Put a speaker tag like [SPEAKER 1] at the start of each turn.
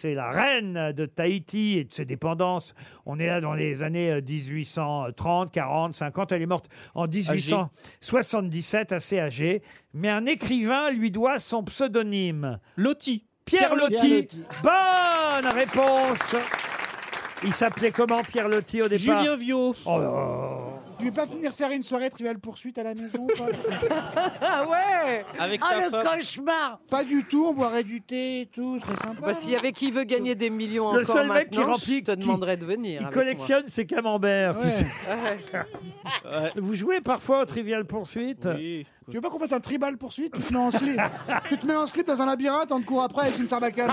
[SPEAKER 1] c'est la reine de Tahiti et de ses dépendances. On est là dans les années euh, 1830, 40, 50. Elle est morte en 1877, assez âgée. Mais un écrivain lui doit son pseudonyme. Loti. Pierre
[SPEAKER 2] Pierre
[SPEAKER 1] Loti.
[SPEAKER 2] Loti.
[SPEAKER 1] Bonne réponse. Il s'appelait comment Pierre Loti au départ Oh,
[SPEAKER 2] Julien
[SPEAKER 1] Viau.
[SPEAKER 3] Tu veux pas venir faire une soirée triviale poursuite à la maison
[SPEAKER 4] Ah ouais
[SPEAKER 3] Avec
[SPEAKER 4] Ah
[SPEAKER 3] ta
[SPEAKER 4] le
[SPEAKER 3] femme.
[SPEAKER 4] cauchemar
[SPEAKER 3] Pas du tout, on boirait du thé et tout, c'est sympa.
[SPEAKER 4] Bah, S'il y avait qui veut gagner des millions
[SPEAKER 1] Le
[SPEAKER 4] encore
[SPEAKER 1] seul mec qui
[SPEAKER 4] maintenant,
[SPEAKER 1] remplit-
[SPEAKER 4] je te
[SPEAKER 1] qui-
[SPEAKER 4] demanderais de venir.
[SPEAKER 1] Il
[SPEAKER 4] avec moi.
[SPEAKER 1] collectionne ses camemberts. tu sais.
[SPEAKER 4] Ouais.
[SPEAKER 1] Vous jouez parfois au Trivial Poursuite
[SPEAKER 3] Tu veux pas qu'on fasse un tribal poursuite Tu te mets en slip. tu te mets en slip dans un labyrinthe, on te court après avec une sarbacane.